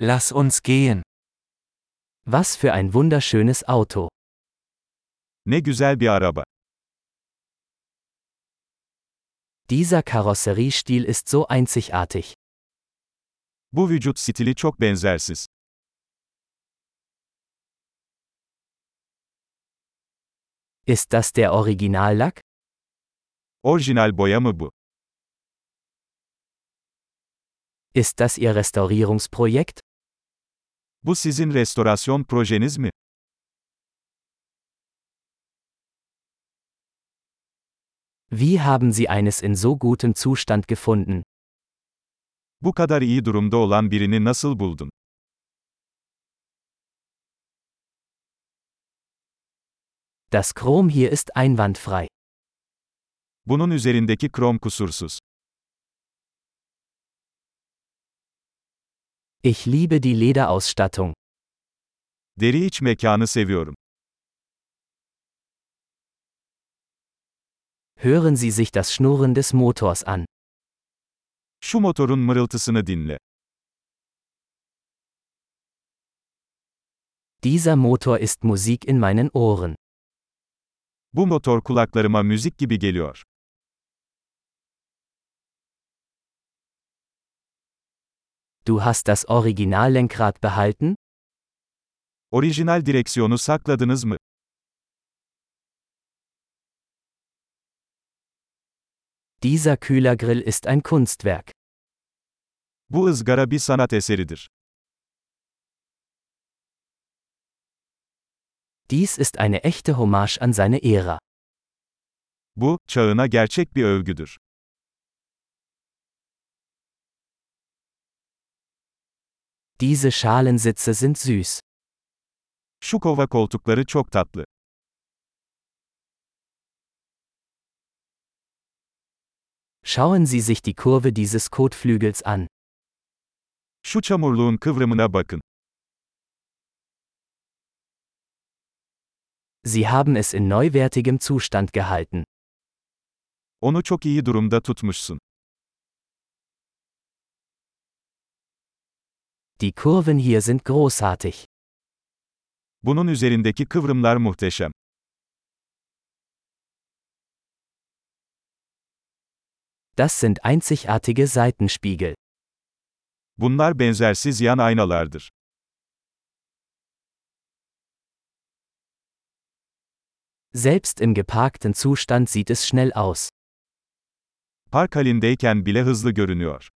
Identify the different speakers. Speaker 1: Lass uns gehen. Was für ein wunderschönes Auto.
Speaker 2: Ne güzel bir araba.
Speaker 1: Dieser Karosseriestil ist so einzigartig.
Speaker 2: Bu vücut stili çok benzersiz.
Speaker 1: Ist das der Originallack?
Speaker 2: Orijinal boya mı bu?
Speaker 1: Ist das Ihr Restaurierungsprojekt?
Speaker 2: Bu sizin restorasyon projeniz mi?
Speaker 1: Wie haben Sie eines in so gutem Zustand gefunden?
Speaker 2: Bu kadar iyi durumda olan birini nasıl buldun?
Speaker 1: Das Chrom hier ist einwandfrei.
Speaker 2: Bunun üzerindeki krom kusursuz.
Speaker 1: Ich liebe die Lederausstattung.
Speaker 2: Deri iç mekanı seviyorum.
Speaker 1: Hören Sie sich das Schnurren des Motors an.
Speaker 2: Şu motorun mırıltısını dinle.
Speaker 1: Dieser Motor ist Musik in meinen Ohren.
Speaker 2: Bu motor kulaklarıma müzik gibi geliyor.
Speaker 1: Du hast das Originallenkrad behalten?
Speaker 2: Orijinal direksiyonu sakladınız mı?
Speaker 1: Dieser Kühlergrill ist ein Kunstwerk.
Speaker 2: Bu ızgara bir sanat eseridir.
Speaker 1: Dies ist eine echte Hommage an seine Ära.
Speaker 2: Bu, çağına gerçek bir övgüdür.
Speaker 1: Diese Schalensitze sind süß.
Speaker 2: Şu kova koltukları çok tatlı.
Speaker 1: Schauen Sie sich die Kurve dieses Kotflügels an.
Speaker 2: Şu çamurluğun kıvrımına bakın.
Speaker 1: Sie haben es in neuwertigem Zustand gehalten.
Speaker 2: Onu çok iyi durumda tutmuşsun.
Speaker 1: Die Kurven hier sind großartig.
Speaker 2: Bunun üzerindeki kıvrımlar muhteşem.
Speaker 1: Das sind einzigartige Seitenspiegel.
Speaker 2: Bunlar benzersiz yan aynalardır.
Speaker 1: Selbst im geparkten Zustand sieht es schnell aus.
Speaker 2: Park halindeyken bile hızlı görünüyor.